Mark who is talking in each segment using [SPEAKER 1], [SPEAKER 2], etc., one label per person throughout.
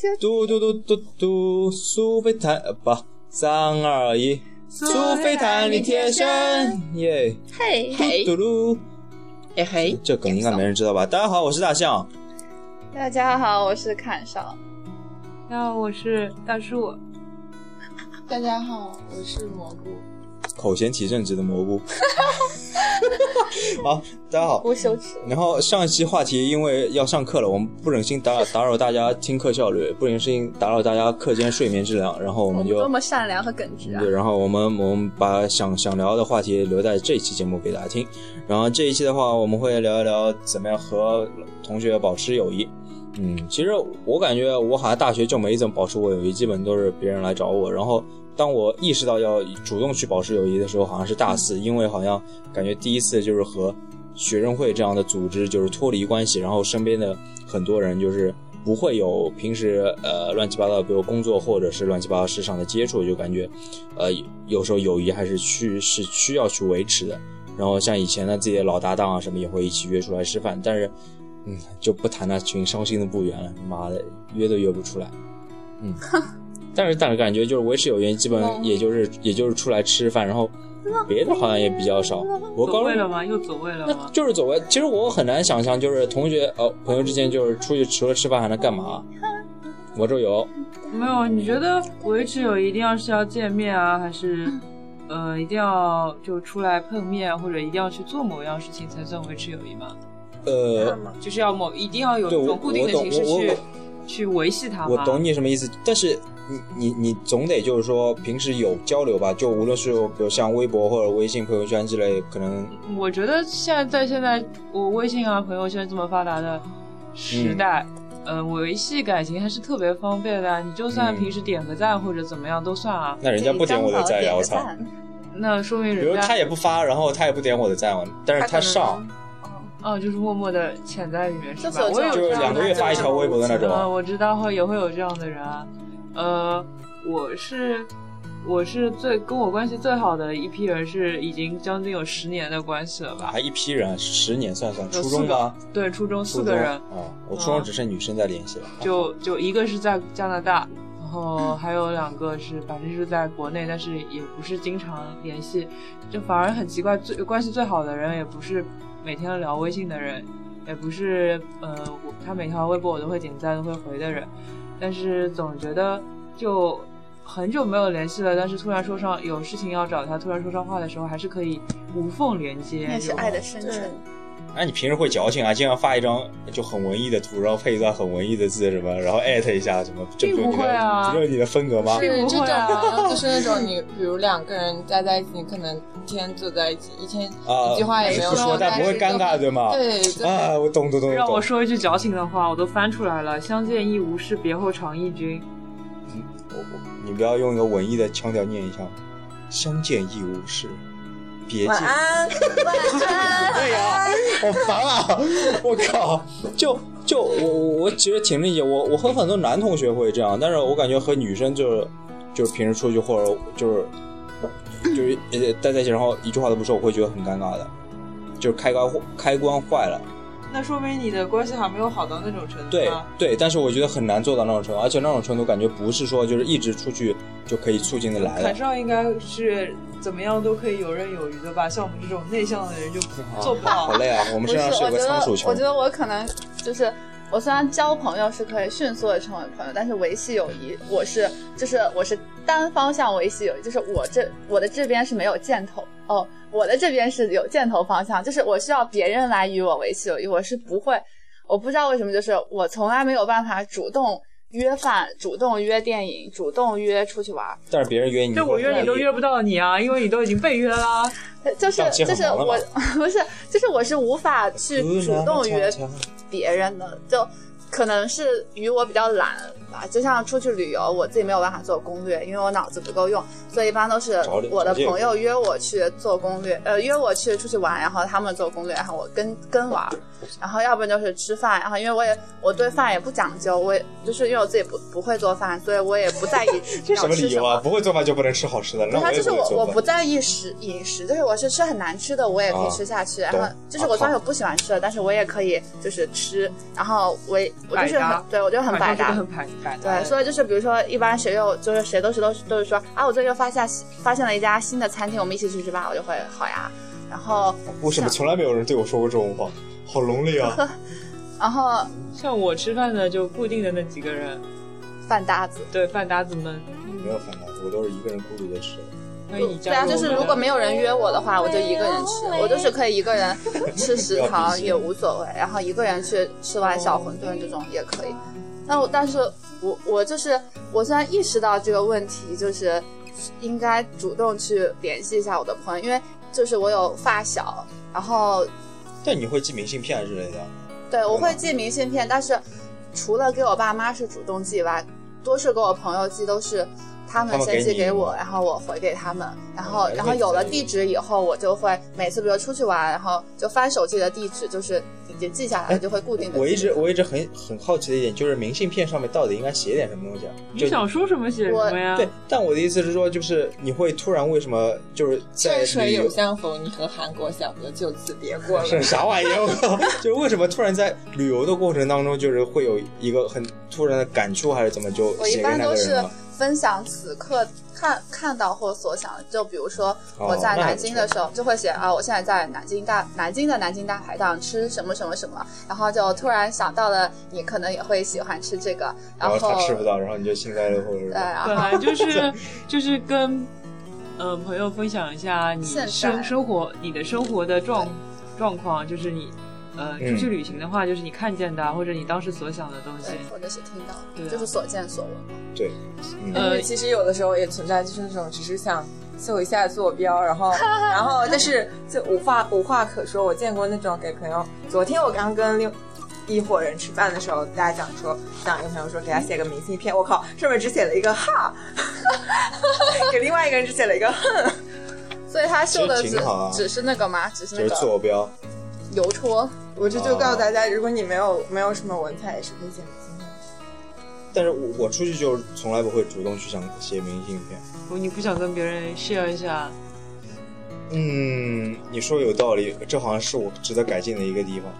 [SPEAKER 1] 这
[SPEAKER 2] 嘟嘟嘟嘟嘟，苏菲弹呃不，三二一，苏菲弹力贴身，耶，
[SPEAKER 1] 嘿，
[SPEAKER 3] 嘿
[SPEAKER 2] 嘟噜，
[SPEAKER 3] 嘿嘿，
[SPEAKER 2] 这梗应该没人知道吧？大家好，我是大象，
[SPEAKER 1] 大家好，我是砍少。
[SPEAKER 4] 大家好，我是大树。
[SPEAKER 3] 大家好，我是蘑菇。
[SPEAKER 2] 口嫌体正直的蘑 菇。好，大家好。
[SPEAKER 1] 不羞耻。
[SPEAKER 2] 然后上一期话题因为要上课了，我们不忍心打扰打扰大家听课效率，不忍心打扰大家课间睡眠质量，然后我
[SPEAKER 1] 我
[SPEAKER 2] 们
[SPEAKER 1] 们
[SPEAKER 2] 就
[SPEAKER 1] 多么善良和耿直啊
[SPEAKER 2] 对，！然后我们我们把想想聊的话题留在这一期节目给大家听。然后这一期的话，我们会聊一聊怎么样和同学保持友谊。嗯，其实我感觉我好像大学就没怎么保持过友谊，基本都是别人来找我。然后当我意识到要主动去保持友谊的时候，好像是大四，因为好像感觉第一次就是和学生会这样的组织就是脱离关系，然后身边的很多人就是不会有平时呃乱七八糟的，比如工作或者是乱七八糟事上的接触，就感觉呃有时候友谊还是去是需要去维持的。然后像以前的自己的老搭档啊什么也会一起约出来吃饭，但是嗯就不谈那群伤心的不缘了，妈的约都约不出来，嗯。但是但是感觉就是维持友谊，基本也就是也就是出来吃饭，然后别的好像也比较少。我
[SPEAKER 4] 走
[SPEAKER 2] 高中
[SPEAKER 4] 位了吗？又走位了吗？
[SPEAKER 2] 就是走位。其实我很难想象，就是同学呃朋友之间就是出去除了吃饭还能干嘛？我这有，
[SPEAKER 4] 没有，你觉得维持友谊一定要是要见面啊，还是呃一定要就出来碰面，或者一定要去做某样事情才算维持友谊吗？
[SPEAKER 2] 呃，
[SPEAKER 4] 就是要某一定要有
[SPEAKER 2] 对
[SPEAKER 4] 一
[SPEAKER 2] 我
[SPEAKER 4] 种嗯固定的
[SPEAKER 2] 我
[SPEAKER 4] 形
[SPEAKER 2] 懂
[SPEAKER 4] 式
[SPEAKER 2] 我
[SPEAKER 4] 去
[SPEAKER 2] 我
[SPEAKER 4] 去维系它吗？
[SPEAKER 2] 我懂你什么意思，但是你你你总得就是说平时有交流吧，就无论是比如像微博或者微信朋友圈之类，可能
[SPEAKER 4] 我觉得现在在现在我微信啊朋友圈这么发达的时代，嗯、维系感情还是特别方便的啊。你就算
[SPEAKER 2] 嗯
[SPEAKER 4] 平时点个赞或者怎么样都算啊，
[SPEAKER 2] 那人家不点我的赞呀，我操！
[SPEAKER 4] 那说明
[SPEAKER 2] 比如
[SPEAKER 4] 人
[SPEAKER 2] 他
[SPEAKER 4] 家
[SPEAKER 2] 也不发，然后他也不点我的赞，但是他上
[SPEAKER 4] 哦就是默默的潜在里面是
[SPEAKER 1] 就是
[SPEAKER 4] 吧
[SPEAKER 1] 有？
[SPEAKER 4] 我
[SPEAKER 1] 这
[SPEAKER 4] 也
[SPEAKER 1] 种
[SPEAKER 2] 就是
[SPEAKER 1] 人
[SPEAKER 2] 两个月发一条微博的那
[SPEAKER 4] 啊，
[SPEAKER 2] 种。
[SPEAKER 4] 我知道会也会有这样的人啊。呃，我是我是最跟我关系最好的一批人，是已经将近有十年的关系了吧
[SPEAKER 2] 还？一批人，十年算算，
[SPEAKER 4] 有
[SPEAKER 2] 初中吧，
[SPEAKER 4] 对，初中四
[SPEAKER 2] 初
[SPEAKER 4] 个
[SPEAKER 2] 中
[SPEAKER 4] 人
[SPEAKER 2] 啊，，我初中只剩女生在联系了。
[SPEAKER 4] 就就一个是在加拿大，然后还有两个是反正是在国内，但是也不是经常联系，就反而很奇怪，最关系最好的人也不是每天聊微信的人，也不是呃我他每条微博我都会点赞都会回的人，但是总觉得就。很久没有联系了，但是突然说上有事情要找他，突然说上话的时候，还是可以无缝连接。
[SPEAKER 1] 那是
[SPEAKER 4] 有
[SPEAKER 1] 爱的深沉。
[SPEAKER 2] 那你平时会矫情啊，经常发一张就很文艺的图，然后配一段很文艺的字什么，然后艾特一下什么，这不是
[SPEAKER 4] 并
[SPEAKER 2] 你
[SPEAKER 4] 不会
[SPEAKER 2] 的，
[SPEAKER 4] 啊
[SPEAKER 2] 这不是你的风格吗？
[SPEAKER 4] 并
[SPEAKER 3] 是
[SPEAKER 4] 不
[SPEAKER 3] 这
[SPEAKER 4] 会
[SPEAKER 3] 种，
[SPEAKER 4] 啊
[SPEAKER 3] 然后就是那种你，比如两个人待在一起，你可能一天坐在一起，一天
[SPEAKER 2] 啊，
[SPEAKER 3] 一句话也没有
[SPEAKER 2] 不说，
[SPEAKER 3] 说
[SPEAKER 2] 但不会尴尬对吗？
[SPEAKER 3] 对，就是
[SPEAKER 2] 啊，我懂懂懂
[SPEAKER 4] 让我
[SPEAKER 2] 懂。
[SPEAKER 4] 说一句矫情的话，我都翻出来了：“相见亦无事，别后常忆君。”
[SPEAKER 2] 我我你不要用一个文艺的腔调念一下，相见亦无事，别
[SPEAKER 1] 晚
[SPEAKER 2] 见。
[SPEAKER 1] 安，晚安。
[SPEAKER 2] 对呀，好烦啊！我靠，就就我我我其实挺理解，我我和很多男同学会这样，但是我感觉和女生就是就是平时出去或者就是就是呃待在一起，然后一句话都不说，我会觉得很尴尬的，就是开关开关坏了。
[SPEAKER 4] 那说明你的关系还没有好到那种程度
[SPEAKER 2] 对
[SPEAKER 4] 啊。
[SPEAKER 2] 对，但是我觉得很难做到那种程度，而且那种程度感觉不是说就是一直出去就可以促进的来
[SPEAKER 4] 砍
[SPEAKER 2] 的。
[SPEAKER 4] 上应该是怎么样都可以游刃有余的吧？像我们这种内向的人就做不到
[SPEAKER 2] 好。累啊，我
[SPEAKER 1] 不
[SPEAKER 2] 们
[SPEAKER 1] 是，
[SPEAKER 2] 身上是
[SPEAKER 1] 我
[SPEAKER 2] 有
[SPEAKER 1] 觉
[SPEAKER 2] 个仓
[SPEAKER 1] 得
[SPEAKER 2] 鼠，球
[SPEAKER 1] 我觉。得我可能就是。我虽然交朋友是可以迅速的成为朋友，但是维系友谊，我是就是我是单方向维系友谊，就是我这我的这边是没有箭头哦，我的这边是有箭头方向，就是我需要别人来与我维系友谊，我是不会，我不知道为什么，就是我从来没有办法主动约饭、主动约电影、主动约出去玩儿，
[SPEAKER 2] 但是别人约你，
[SPEAKER 4] 就我约你都约不到你啊，因为你都已经被约啊啦。
[SPEAKER 1] 呃就是
[SPEAKER 2] 上期
[SPEAKER 1] 就
[SPEAKER 2] 很
[SPEAKER 1] 是
[SPEAKER 2] 忙的
[SPEAKER 1] 我
[SPEAKER 2] 嘛
[SPEAKER 1] 不是就是我是无法去主动约别人的，就可能是与我比较懒吧。就像出去旅游，我自己没有办法做攻略，因为我脑子不够用，所以一般都是
[SPEAKER 2] 找点
[SPEAKER 1] 我的
[SPEAKER 2] 找借口
[SPEAKER 1] 朋友约我去做攻略，呃，约我去出去玩，然后他们做攻略，然后我跟跟玩儿，然后要不然就是吃饭，然后因为我也我对饭也不讲究，我也就是因为我自己不不会做饭，所以我也 不在意
[SPEAKER 2] 这
[SPEAKER 1] 要
[SPEAKER 2] 什么
[SPEAKER 1] 吃
[SPEAKER 2] 理
[SPEAKER 1] 什
[SPEAKER 2] 由
[SPEAKER 1] 么
[SPEAKER 2] 啊？。不会做饭就不能吃好吃的？
[SPEAKER 1] 不
[SPEAKER 2] 那
[SPEAKER 1] 是，他
[SPEAKER 2] 我也
[SPEAKER 1] 就是
[SPEAKER 2] 不会
[SPEAKER 1] 我，我
[SPEAKER 2] 做
[SPEAKER 1] 不
[SPEAKER 2] 饭。
[SPEAKER 1] 在意食饮食，就是我是吃很难吃的，我也可以吃下去。然后
[SPEAKER 2] 啊懂啊
[SPEAKER 1] 就是我虽然有不喜欢吃的，但是我也可以就是吃。然后我也我就是
[SPEAKER 4] 百搭
[SPEAKER 1] 很对我就很
[SPEAKER 4] 好像
[SPEAKER 1] 百
[SPEAKER 4] 这个
[SPEAKER 1] 搭
[SPEAKER 4] 很，排感到
[SPEAKER 1] 对，所以就是比如说，一般谁有就是谁都是都是都是说啊，我最近又发现发现了一家新的餐厅，我们一起去吃吧，我就会好呀。然后
[SPEAKER 2] 为什么从来没有人对我说过这种话？好 lonely 啊！
[SPEAKER 1] 然后
[SPEAKER 4] 像我吃饭的就固定的那几个人，
[SPEAKER 1] 饭搭子，
[SPEAKER 4] 对饭搭子们，
[SPEAKER 2] 没有反感，我都是一个人孤独的吃。
[SPEAKER 4] 欢迎你
[SPEAKER 1] 对
[SPEAKER 4] 加
[SPEAKER 1] 啊，
[SPEAKER 4] 入我们。
[SPEAKER 1] 就是如果没有人约啊我的话，我就一个人吃，我就是可以一个人吃食
[SPEAKER 2] 不要
[SPEAKER 1] 堂
[SPEAKER 2] 逼急
[SPEAKER 1] 也无所谓，然后一个人去吃碗小馄饨这种也可以。但我但是我我就是我虽然意识到这个问题，就是应该主动去联系一下我的朋友，因为就是我有发小，然后
[SPEAKER 2] 但你会寄明信片之类的，啊
[SPEAKER 1] 对，我
[SPEAKER 2] 对吗
[SPEAKER 1] 会寄明信片，但是除了给我爸妈是主动寄以外，多数给我朋友寄都是他
[SPEAKER 2] 他
[SPEAKER 1] 们
[SPEAKER 2] 们给
[SPEAKER 1] 先
[SPEAKER 2] 你
[SPEAKER 1] 寄给我，然后我回给他们，然后
[SPEAKER 2] 嗯
[SPEAKER 1] 然后有了地址以后，我就会每次比如出去玩，然后就翻手机的地址，就是已经记下来
[SPEAKER 2] 哎
[SPEAKER 1] 了，就会固定的。
[SPEAKER 2] 我一直我一直很很好奇的一点就是明信片上面到底应该写点什么东西啊？
[SPEAKER 4] 你
[SPEAKER 2] 就
[SPEAKER 4] 想说什么写什么
[SPEAKER 3] 啊
[SPEAKER 4] 呀？
[SPEAKER 2] 对，但我的意思是说，就是你会突然为什么就是在
[SPEAKER 3] 山水
[SPEAKER 2] 旅游
[SPEAKER 3] 有相逢，你和韩国小哥就此别过了。
[SPEAKER 2] 是 啥玩意儿？我 靠！就是为什么突然在旅游的过程当中，就是会有一个很突然的感触，还是怎么就
[SPEAKER 1] 我
[SPEAKER 2] 写
[SPEAKER 1] 一
[SPEAKER 2] 给
[SPEAKER 1] 般
[SPEAKER 2] 那
[SPEAKER 1] 都
[SPEAKER 2] 个
[SPEAKER 1] 是
[SPEAKER 2] 人了？
[SPEAKER 1] 分享此刻看看到或所想的，就比如说
[SPEAKER 2] 哦
[SPEAKER 1] 我
[SPEAKER 2] 那
[SPEAKER 1] 在
[SPEAKER 2] 还
[SPEAKER 1] 南
[SPEAKER 2] 不
[SPEAKER 1] 京
[SPEAKER 2] 错
[SPEAKER 1] 的时候，就会写啊，我现在在南京大南京的南京大排档吃什么什么什么，然后就突然想到了你可能也会喜欢吃这个，
[SPEAKER 2] 然
[SPEAKER 1] 后
[SPEAKER 2] 后哦他吃不到，然后你就幸灾乐祸是
[SPEAKER 1] 对，
[SPEAKER 2] 吧？
[SPEAKER 1] 然
[SPEAKER 4] 本
[SPEAKER 1] 后
[SPEAKER 4] 来就是就是跟呃朋友分享一下你
[SPEAKER 1] 现在
[SPEAKER 4] 生生活你的生活的状状况，就是你呃
[SPEAKER 2] 嗯
[SPEAKER 4] 出去旅行的话，就是你看见的啊或者你当时所想的东西
[SPEAKER 1] 对。，或者是听到
[SPEAKER 4] 对
[SPEAKER 1] 的，
[SPEAKER 4] 啊
[SPEAKER 1] 就是所见所闻。
[SPEAKER 2] 嗯，
[SPEAKER 4] 呃
[SPEAKER 3] 但是其实有的时候也存在，就是那种只是想秀一下坐标，然后然后但是就无话无话可说。我见过那种给朋友，昨天我刚跟另一伙人吃饭的时候，大家讲说讲一个朋友说给他写个明信片，我靠，上面只写了一个哈， 给另外一个人只写了一个哼，
[SPEAKER 1] 所以他秀的
[SPEAKER 2] 其实
[SPEAKER 1] 只
[SPEAKER 2] 挺好啊
[SPEAKER 1] 只是那个吗？只是
[SPEAKER 2] 就
[SPEAKER 1] 那
[SPEAKER 2] 是
[SPEAKER 1] 个
[SPEAKER 2] 坐标。啊
[SPEAKER 1] 邮戳。
[SPEAKER 3] 我这就告诉大家，如果你没有没有什么文采，也是可以写明信片。
[SPEAKER 2] 但是我我出去就是从来不会主动去想写明信片。
[SPEAKER 4] 如果你不想跟别人 share 一下，
[SPEAKER 2] 嗯，你说有道理，这好像是我值得改进的一个地方。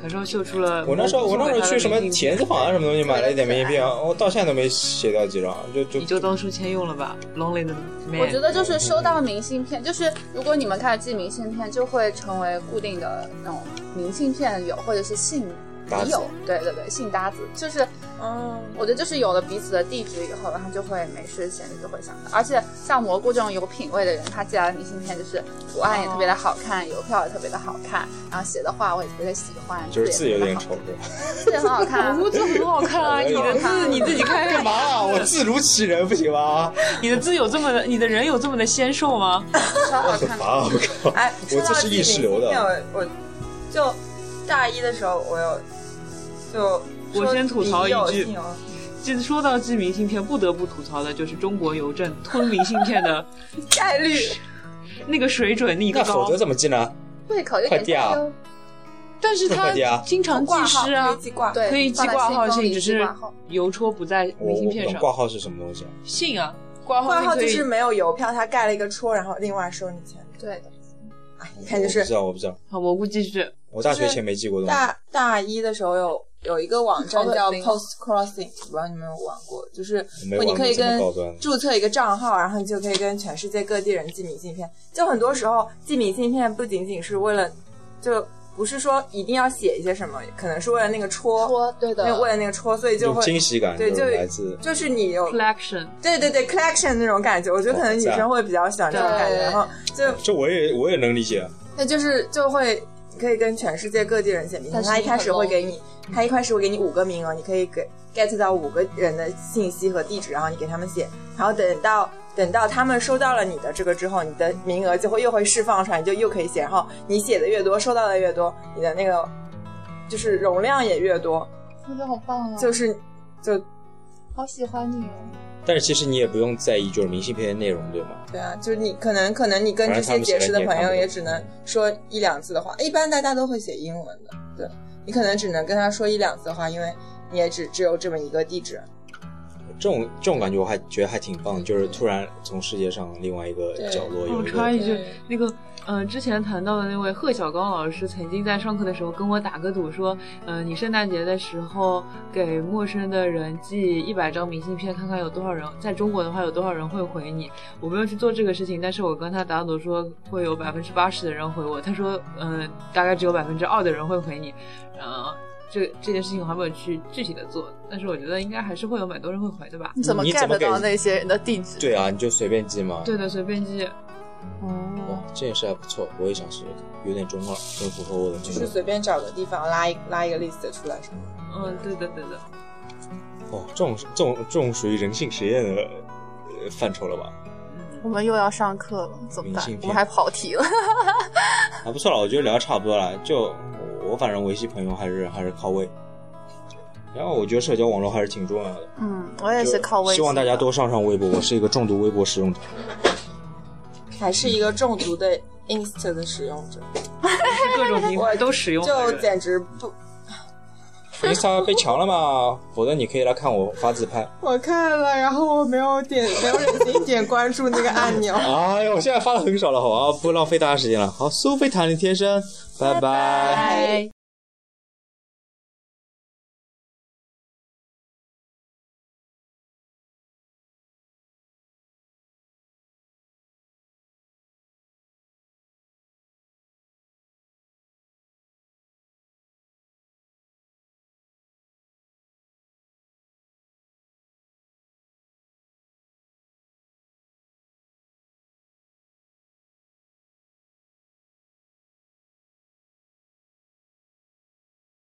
[SPEAKER 4] 可是秀出了
[SPEAKER 2] 我那时
[SPEAKER 3] 嗯
[SPEAKER 2] 候我那时候去什么
[SPEAKER 4] 钱，
[SPEAKER 2] 田子坊啊什么东西买了一点明信片，我到现在都没写掉几张，就就
[SPEAKER 4] 你就当书签用了吧，lonely 的 man。
[SPEAKER 1] 我觉得就是收到明信片，就是如果你们开始寄明信片，就会成为固定的那种明信片友或者是信
[SPEAKER 2] 搭子
[SPEAKER 1] 友，对对对，信搭子，就是
[SPEAKER 3] 嗯，
[SPEAKER 1] 我觉得就是有了彼此的地址以后，然后就会没事闲着就会想到。而且像蘑菇这种有品味的人，他寄来的明信片就是图案也特别的好看，邮票也特别的好看，然后写的话我也特别的喜欢，
[SPEAKER 2] 就是
[SPEAKER 1] 字
[SPEAKER 2] 字
[SPEAKER 1] 也
[SPEAKER 2] 有
[SPEAKER 1] 特别
[SPEAKER 2] 点
[SPEAKER 1] 地好
[SPEAKER 2] 丑，是吧？
[SPEAKER 1] 字也很好看啊。
[SPEAKER 4] 我字很好 看啊，
[SPEAKER 2] 我也
[SPEAKER 4] 你的字你自己 看
[SPEAKER 2] 干嘛啊？我字如其人，不行吗？
[SPEAKER 4] 你的字有这么的，你的人有这么的纤瘦吗？
[SPEAKER 1] 超好
[SPEAKER 2] 很
[SPEAKER 1] 看
[SPEAKER 2] 烦啊！我靠，
[SPEAKER 3] 哎，
[SPEAKER 2] 我
[SPEAKER 3] 说到
[SPEAKER 2] 这是意识流的
[SPEAKER 3] 寄明信片我我就大一的时候，我有就
[SPEAKER 4] 我
[SPEAKER 3] 说
[SPEAKER 4] 先吐槽
[SPEAKER 3] 笔友
[SPEAKER 4] 一句
[SPEAKER 3] 信友
[SPEAKER 4] 就是说到寄明信片，不得不吐槽的就是中国邮政吞明信片 的
[SPEAKER 3] 概率。
[SPEAKER 4] 那个水准逆
[SPEAKER 2] 那
[SPEAKER 4] 高
[SPEAKER 2] 否则，怎么进呢？
[SPEAKER 1] 胃口有
[SPEAKER 2] 快
[SPEAKER 1] 点
[SPEAKER 2] 递啊
[SPEAKER 1] 高哟
[SPEAKER 4] 但是
[SPEAKER 2] 快
[SPEAKER 4] 他
[SPEAKER 2] 递啊
[SPEAKER 4] 经常寄
[SPEAKER 3] 挂号
[SPEAKER 4] 失啊，
[SPEAKER 3] 寄挂，
[SPEAKER 1] 对，
[SPEAKER 4] 可以寄
[SPEAKER 1] 放在
[SPEAKER 4] 挂
[SPEAKER 1] 信
[SPEAKER 4] 号
[SPEAKER 1] 封
[SPEAKER 4] 信，
[SPEAKER 1] 里
[SPEAKER 4] 只
[SPEAKER 1] 寄
[SPEAKER 4] 是
[SPEAKER 1] 挂号
[SPEAKER 4] 邮戳不在
[SPEAKER 2] 我
[SPEAKER 4] 明信
[SPEAKER 2] 我不
[SPEAKER 4] 片
[SPEAKER 2] 懂
[SPEAKER 4] 上。
[SPEAKER 2] 挂号是什么东西啊？
[SPEAKER 3] 哎
[SPEAKER 4] 信啊，挂号
[SPEAKER 3] 挂号
[SPEAKER 4] 你可
[SPEAKER 3] 就
[SPEAKER 4] 以
[SPEAKER 3] 是没有邮票，他盖了一个戳，然后另外收你钱。
[SPEAKER 1] 对。
[SPEAKER 3] 哎，你看就
[SPEAKER 2] 我不
[SPEAKER 3] 是
[SPEAKER 2] 知道，我不知道，
[SPEAKER 4] 好蘑菇继续，
[SPEAKER 2] 我大学前没寄过东西。
[SPEAKER 3] 大大一的时候有有一个网站叫
[SPEAKER 1] 好恶心
[SPEAKER 3] Post Crossing，不知道你们有玩过，就是
[SPEAKER 2] 没玩过
[SPEAKER 3] 你可以
[SPEAKER 2] 怎
[SPEAKER 3] 跟
[SPEAKER 2] 么高端
[SPEAKER 3] 注册一个账号，然后你就可以跟全世界各地人寄明信片。就很多时候寄明信片不仅仅是为了，就不是说一定要写一些什么，可能是为了那个戳，
[SPEAKER 1] 戳对的
[SPEAKER 3] 那，为了那个戳，所以就
[SPEAKER 2] 有
[SPEAKER 3] 会
[SPEAKER 2] 惊喜感，
[SPEAKER 3] 对
[SPEAKER 2] 就
[SPEAKER 3] 就是
[SPEAKER 2] 来自
[SPEAKER 3] 就是你有
[SPEAKER 4] collection
[SPEAKER 3] 对对对 collection 那种感觉，我觉得可能女生会比较喜欢这种感觉，
[SPEAKER 1] 对
[SPEAKER 3] 然后就
[SPEAKER 2] 这我也我也能理解，啊
[SPEAKER 3] 那就是就会，你可以跟全世界各地人写名，
[SPEAKER 1] 但是
[SPEAKER 3] 他一嗯
[SPEAKER 1] 你
[SPEAKER 3] 开
[SPEAKER 1] 很
[SPEAKER 3] 始会
[SPEAKER 1] low
[SPEAKER 3] 给你，他一开始会给你五个名额，你可以给 get 到五个人的信息和地址，然后你给他们写，然后等到等到他们收到了你的这个之后，你的名额就会又会释放出来，你就又可以写，然后你写的越多，收到的越多，你的那个就是容量也越多，
[SPEAKER 1] 我觉得好棒啊，
[SPEAKER 3] 就是就
[SPEAKER 1] 好喜欢你哦。
[SPEAKER 2] 但是其实你也不用在意就是明信片的内容，对吗？
[SPEAKER 3] 对啊，就是你可能可能你跟
[SPEAKER 2] 反
[SPEAKER 3] 这
[SPEAKER 2] 正他
[SPEAKER 3] 些
[SPEAKER 2] 们
[SPEAKER 3] 解
[SPEAKER 2] 写的
[SPEAKER 3] 释的
[SPEAKER 2] 你也
[SPEAKER 3] 朋
[SPEAKER 2] 看
[SPEAKER 3] 友
[SPEAKER 2] 不
[SPEAKER 3] 也
[SPEAKER 2] 懂
[SPEAKER 3] 只能说一两次的话，一般大家都会写英文的，对你可能只能跟他说一两次的话，因为你也只只有这么一个地址。
[SPEAKER 2] 这种这种感觉我还觉得还挺棒的，就是突然从世界上另外一个
[SPEAKER 3] 对
[SPEAKER 2] 角落有
[SPEAKER 4] 我
[SPEAKER 2] 一
[SPEAKER 4] 哦插
[SPEAKER 2] 个
[SPEAKER 4] 一句
[SPEAKER 3] 对，
[SPEAKER 4] 那个，嗯、之前谈到的那位贺小刚老师，曾经在上课的时候跟我打个赌，说，嗯、你圣诞节的时候给陌生的人寄一百张明信片，看看有多少人，在中国的话有多少人会回你。我没有去做这个事情，但是我跟他打赌说会有百分之八十的人回我，他说，嗯、大概只有百分之二的人会回你，呃。这这件事情我还没有去具体的做，但是我觉得应该还是会有蛮多人会回的吧。
[SPEAKER 1] 你怎么
[SPEAKER 2] 你怎么
[SPEAKER 1] get
[SPEAKER 2] 给
[SPEAKER 1] 到那些人的地址？
[SPEAKER 2] 对啊，你就随便记嘛。
[SPEAKER 4] 对的，随便寄。
[SPEAKER 2] 哇
[SPEAKER 1] 哦，，
[SPEAKER 2] 这件事还不错，我也想试试看，有点中二，很符合我的
[SPEAKER 3] 就
[SPEAKER 2] 那
[SPEAKER 3] 是
[SPEAKER 2] 个。
[SPEAKER 3] 随便找个地方拉一拉一个 list 出来，是吗？
[SPEAKER 4] 嗯，对的，对的。
[SPEAKER 2] 哇，哦这种这种这种属于人性实验的呃范畴了吧？
[SPEAKER 4] 嗯，
[SPEAKER 1] 我们又要上课了，怎么
[SPEAKER 2] 明
[SPEAKER 1] 办
[SPEAKER 2] 信？
[SPEAKER 1] 我
[SPEAKER 2] 片
[SPEAKER 1] 们还跑题了。
[SPEAKER 2] 还不错了，我觉得聊得差不多了。就我我反正维系朋友还是还是靠位，然后我觉得社交网络还是挺重要的。
[SPEAKER 1] 嗯，我也是靠微信的。
[SPEAKER 2] 希望大家多上上微博，我是一个重度微博使用者。
[SPEAKER 3] 还是一个中毒的 Insta 的使用者，
[SPEAKER 4] 是各种平台都使用的
[SPEAKER 3] 就
[SPEAKER 4] 人。
[SPEAKER 3] 简直不，
[SPEAKER 2] 你稍微被抢了嘛，否则你可以来看我发自拍。。
[SPEAKER 3] 我看了，然后我没有点，没有忍心点关注那个按钮
[SPEAKER 2] 哎呀，我现在发的很少了，好啊，不浪费大家时间了。好，苏菲塔林先生，拜拜
[SPEAKER 3] 拜